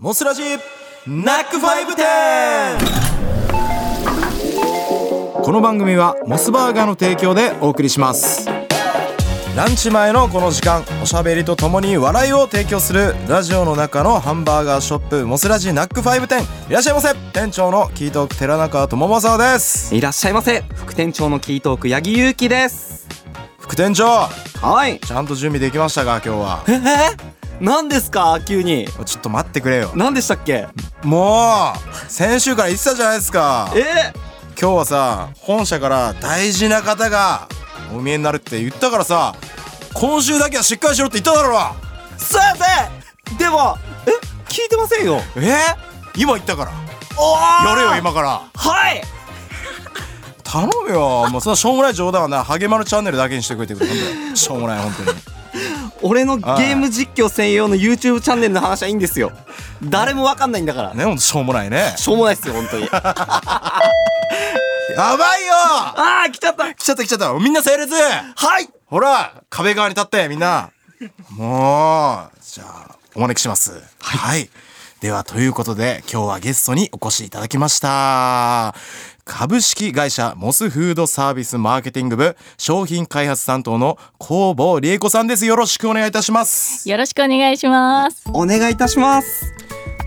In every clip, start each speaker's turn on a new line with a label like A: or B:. A: モスラジナックファイブ店この番組はモスバーガーの提供でお送りしますランチ前のこの時間おしゃべりとともに笑いを提供するラジオの中のハンバーガーショップモスラジナックファイブ店いらっしゃいませ店長のキートーク寺中智正です
B: いらっしゃいませ副店長のキートーク八木ゆうきです
A: 副店長
B: はい
A: ちゃんと準備できましたか今日は
B: えー、何ですか急に
A: ちょっと待ってくれよ
B: 何でしたっけ
A: もう先週から言ってたじゃないですか
B: え
A: 今日はさ本社から大事な方がお見えになるって言ったからさ今週だけはしっかりしろって言っただろ
B: ー、すいませんでもえ聞いてませんよ
A: え今言ったから
B: おー
A: やれよ今から
B: はい
A: 頼むよもうそのしょうもない冗談はなハゲマルチャンネルだけにしてくれてくれ本当にしょうもない本当に
B: 俺のゲ
A: はい
B: ーム実況専用の YouTube チャンネルの話はいいんですよ誰もわかんないんだから、
A: ねほんとしょうもないね
B: しょうもないっすよ本当にあ
A: やばいよ
B: あ来ちゃった
A: 来ちゃった来ちゃったみんな整列
B: はい
A: ほら壁側に立ってみんなもうじゃあお招きしますはい、ではということで今日はゲストにお越しいただきました株式会社モスフードサービスマーケティング部商品開発担当の工房理恵子さんですよろしくお願いいたします
C: よろしくお願いします。
B: お願いいたします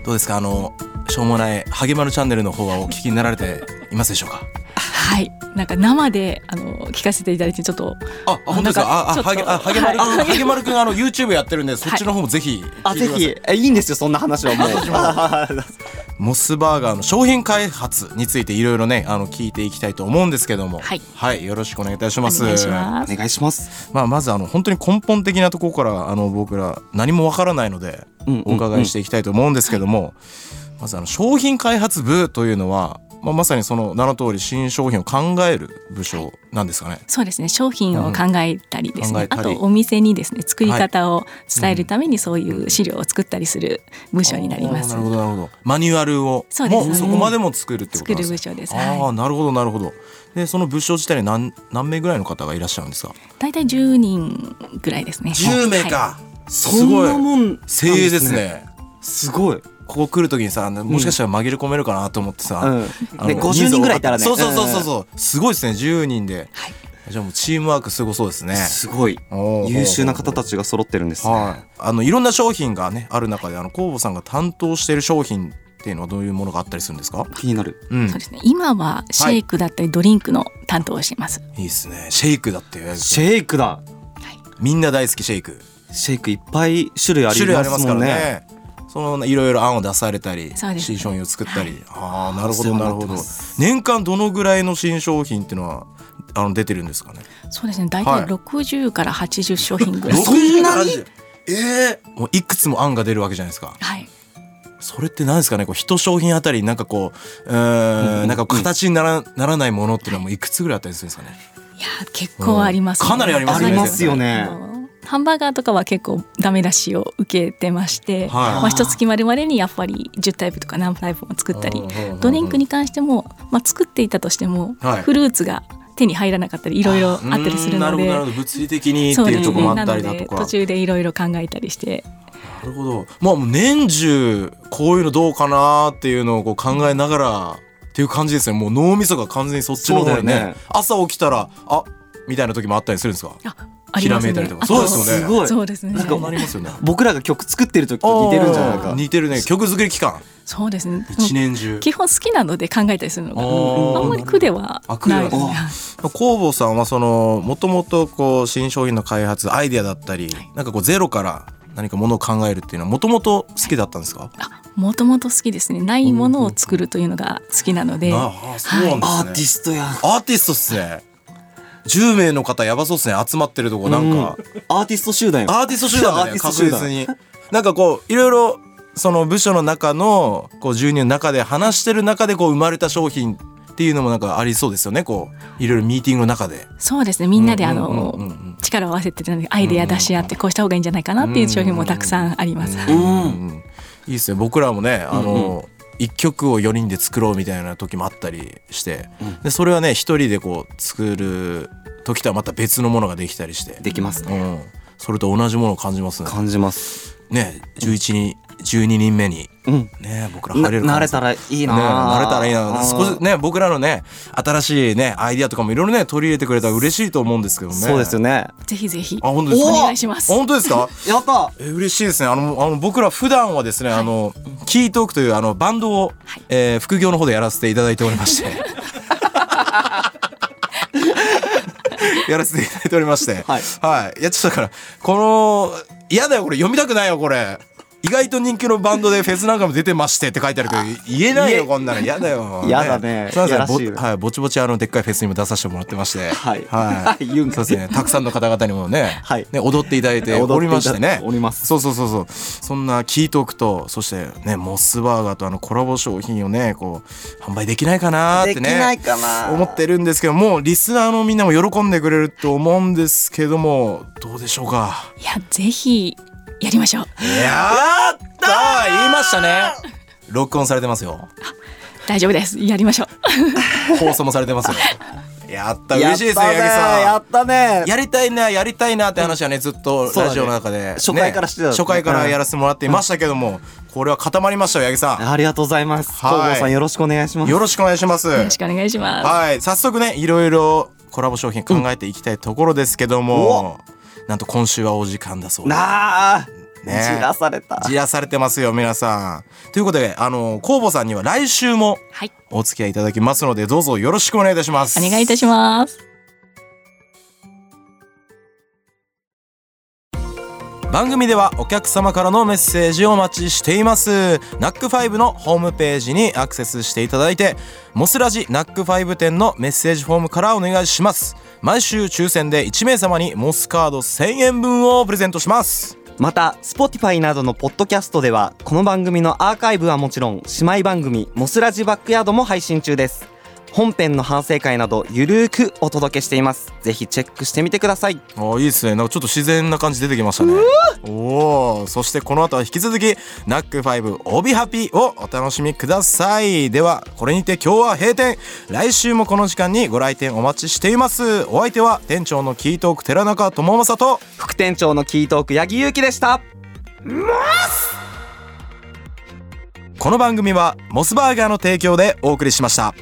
A: どうですかあのしょうもないハゲマルチャンネルの方はお聞きになられていますでしょうか
C: はい、なんか生であの聞かせていただいてちょっと
A: あ、あ本当です
C: なん
A: か。
C: か
A: あ、
C: ち
A: あ
C: ょっと
A: ハゲ、あ、ハゲマル、あ
C: はい
A: ハゲマルくん、あの YouTube やってるんで、そっちの方もぜひ。
B: あぜひえいいんですよそんな話は もう
A: モスバーガーの商品開発についていろいろねあの聞いていきたいと思うんですけども
C: はい
A: よろしくお願いいたし
C: お
A: ます
C: 願いします。
B: お願いします
A: まあ、まずあの本当に根本的なところからあの僕ら何もわからないので
B: うん
A: お伺いしていきたいと思うんですけども、まずあの商品開発部というのは、まあ、まさにその名の通り新商品を考える部署なんですかね。
C: そうですね、商品を考えたりです
A: うん考
C: ね、
A: えた
C: あ
A: り
C: とお店にですね作り方を伝えるためにそういう資料を作ったりする部署になります。
A: あーなるほどなるほど。マニュアルを
C: そうです
A: もうそこまでも作るってこと
C: 作
A: なんで
C: る
A: す
C: 部
A: ね。
C: 署です。
A: あ
C: は
A: あなるほどなるほど。でその部署自体に何何名ぐらいの方がいらっしゃるんですか。
C: い、大体10人ぐらいですね。
A: 10名
C: はい
A: か、す
B: そん
A: ごい
B: なもんなん
A: 精鋭ですね
B: すごい
A: ここ来る時にさあのもしかしたら紛れ込めるかなと思ってさ、
B: うん
A: あの
B: ね50
A: 数を
B: 人ぐらいいたらね
A: そうそうそうそうそうすごいですね10人で
C: はい
A: じゃあもうチームワークすごそうですね
B: すごい
A: おー
B: 優秀な方たちが揃ってるんですね、
A: はいあのいろんな商品がねある中であの工房さんが担当している商品っていうのはどういうものがあったりするんですか
B: 気になる
A: うん
C: そうですね。今はシェイクだったりドリンクの担当をしてます。
A: いいですねシェイクだって
B: シェイクだ
A: みんな大好きシェイク
B: シェイクいっぱい種類あ
A: 種
B: り
A: 類あ
B: ま
A: りますす
B: も
A: か
B: ん
A: ら
B: ね
A: ねそのいろいろ案を出されたり、
C: そうですね
A: 新商品を作ったり、あ
C: は
A: あなるほ
B: お世
A: ど
B: 話に
A: な
B: な
A: る
B: って
A: ほど
B: ます
A: 年間どのぐらいの新商品っていうのはあの出てるんですかね
C: そうですね。大
A: はい
C: 体60から80商品ぐらい。
B: そんなに
A: 60ええもういくつも案が出るわけじゃないですか
C: はい。
A: それって何ですかねこう一商品あたりなんかこううー
B: うんん
A: なんか形にならならないものっていうのはもういくつぐらいあったりするんですかね
C: いやー結構あります、
A: かなりあります
B: ねありますよね
C: あのハンバーガーとかは結構ダメ出しを受けてまして、
A: はい
C: まあ一月までまでにやっぱり10タイプとか何タイプも作ったり
A: うんうんうんうん
C: ドリンクに関しても、まあ、作っていたとしても、
A: はい
C: フルーツが手に入らなかったりいろいろあったりす
A: うー
C: るの
A: んなるほどなるほ
C: で。
A: ど物理的にって
C: そう
A: い
C: で
A: う
C: す
A: ところ
C: ね。
A: もあ
C: な
A: った
C: の
A: りだと
C: で
A: か
C: 途中でいろいろ考えたりして、
A: なるほどまあもう年中こういうのどうかなっていうのをこう考えながらっていう感じですねもう脳みそが完全にそっちの方
B: そ
A: に
B: う
A: ね
B: だよね
A: 朝起きたらあみたいな時もあったりするんですか
C: あ、あります
A: ひらめ
C: ね。
A: いたりとか
C: あ
A: そうですよね
B: すごい
C: そうですね。
A: そうなりますよね
B: 僕らが曲作ってる時と似てるんじゃない
A: あー
B: か
A: 似てるね曲作り期間
C: そうですね。
A: 一年中
C: 基本好きなので考えたりするのが、
A: あー
C: あんまり苦では
A: あ苦では
C: な
A: ないい
C: ですね。
A: 工房さんはそのもともとこう新商品の開発アイデアだったり、なんかこうゼロから何かものを考えるっていうのはもともと好きだったんですか、
C: もともと好きですねないものを作るというのが好きなので、
A: ああそうなんですね、
B: アーティストや
A: アーティストっすね10名の方やばそうっすね集まってるとこなんか、
B: アーティスト集団よ
A: アーティスト集団だ
B: ア
A: ね
B: ーティ
A: 確
B: スト集団
A: 実になんかこういろいろその部署の中のこう住人の中で話してる中でこう生まれた商品っていうのもなんかありそうですよねこういろいろミーティングの中で
C: そうですねみんなであの、
A: うんうんうんうん
C: 力を合わせてるのでアイデア出し合ってこうした方がいいんじゃないかなっていう商品もたくさんあります。
B: う
A: うんんいいですね僕らもねあの、一曲を4人で作ろうみたいな時もあったりして、でそれはね一人でこう作る時とはまた別のものができたりして
B: できます
A: う
B: ね
A: ん、それと同じものを感じますね
B: 感じます
A: ね11人12人目に
B: うん。
A: ね僕ら入
B: な
A: れる可能性
B: 慣れたらいい
A: ね
B: な。
A: 慣れたらいいな
B: うん
A: 少し。ね僕らのね新しいねアイディアとかもいろいろね取り入れてくれたら嬉しいと思うんですけどね
B: そうですよ
A: ね
B: ね。
C: ぜひぜひ
A: あ本
C: お
A: 当ですか
C: 願いします。
A: 本当ですか
B: やった。
A: え嬉しいですねあのあの僕ら普段はですね、あのキートークというあのバンドを、
C: はい
A: えー副業の方でやらせていただいておりま してやらせていただいておりまして
B: はい
A: い、いやちょっとだからこの嫌だよこれ読みたくないよこれ意外と人気のバンドでフェスなんかも出てましてって書いてあるけど言えないよこんなの嫌だよ
B: 嫌だね
A: すいませ
B: やらしい
A: ん
B: よ
A: ぼ,、はい、ぼちぼちあのでっかいフェスにも出させてもらってまして
B: はい
A: はい、
B: 言うんかい
A: そうですねたくさんの方々にもね,、
B: はい
A: ね踊っていただいて
B: 踊っていただ
A: おりましてね
B: おります
A: そうそうそうそうそんなキートークとそしてねモスバーガーとあのコラボ商品をねこう販売できないかなーっ
B: で
A: て
B: き
A: ね
B: ないかな。
A: 思ってるんですけどもうリスナーのみんなも喜んでくれると思うんですけどもどうでしょうか
C: いやぜひやりましょう。
A: やったー言いましたね録音されてますよ
C: 大丈夫です。やりましょう。
A: 放送もされて ますよやった
B: や
A: 嬉
B: っ
A: したい
B: ね
A: ですね八木さん
B: やったね。
A: やりたいなやりたいなって話はねずっとラジオの中で、ね
B: そうだね初回からしてた
A: 初回からやらせてもらっていましたけども、これは固まりましたよ八木さ
B: ありがとうございます。
A: はい
B: 東郷さんよろしくお願いしま
A: ん
B: す。
A: よろしくお願いします
C: よろしくお願いします。
A: はい早速ねいろいろコラボ商品考えていきたいところですけども、なんと今週はお時間だそうです
B: なあ。
A: ね
B: じらされた。
A: じらされてますよ皆さんということであの公募さんには来週も
C: はい、
A: お付き合いいただきますのでどうぞよろしくお願いいたします
C: お願いいたします。
A: 番組ではお客様からのメッセージをお待ちしていますナックファイブのホームページにアクセスしていただいてモスラジナックファイブ店のメッセージフォームからお願いします毎週抽選で1名様にモスカード1000円分をプレゼントします
B: また Spotify などのポッドキャストではこの番組のアーカイブはもちろん姉妹番組「モスラジバックヤード」も配信中です本編の反省会などゆるーくお届けしていますぜひチェックしてみてください
A: あーいいですねなんかちょっと自然な感じ出てきましたねおおそしてこの後は引き続きナックファイブ帯ハピをお楽しみくださいではこれにて今日は閉店来週もこの時間にご来店お待ちしていますお相手は店長のキートーク寺中智正と
B: 副店長のキートーク八木ゆうきでした
A: この番組はモスバーガーの提供でお送りしました。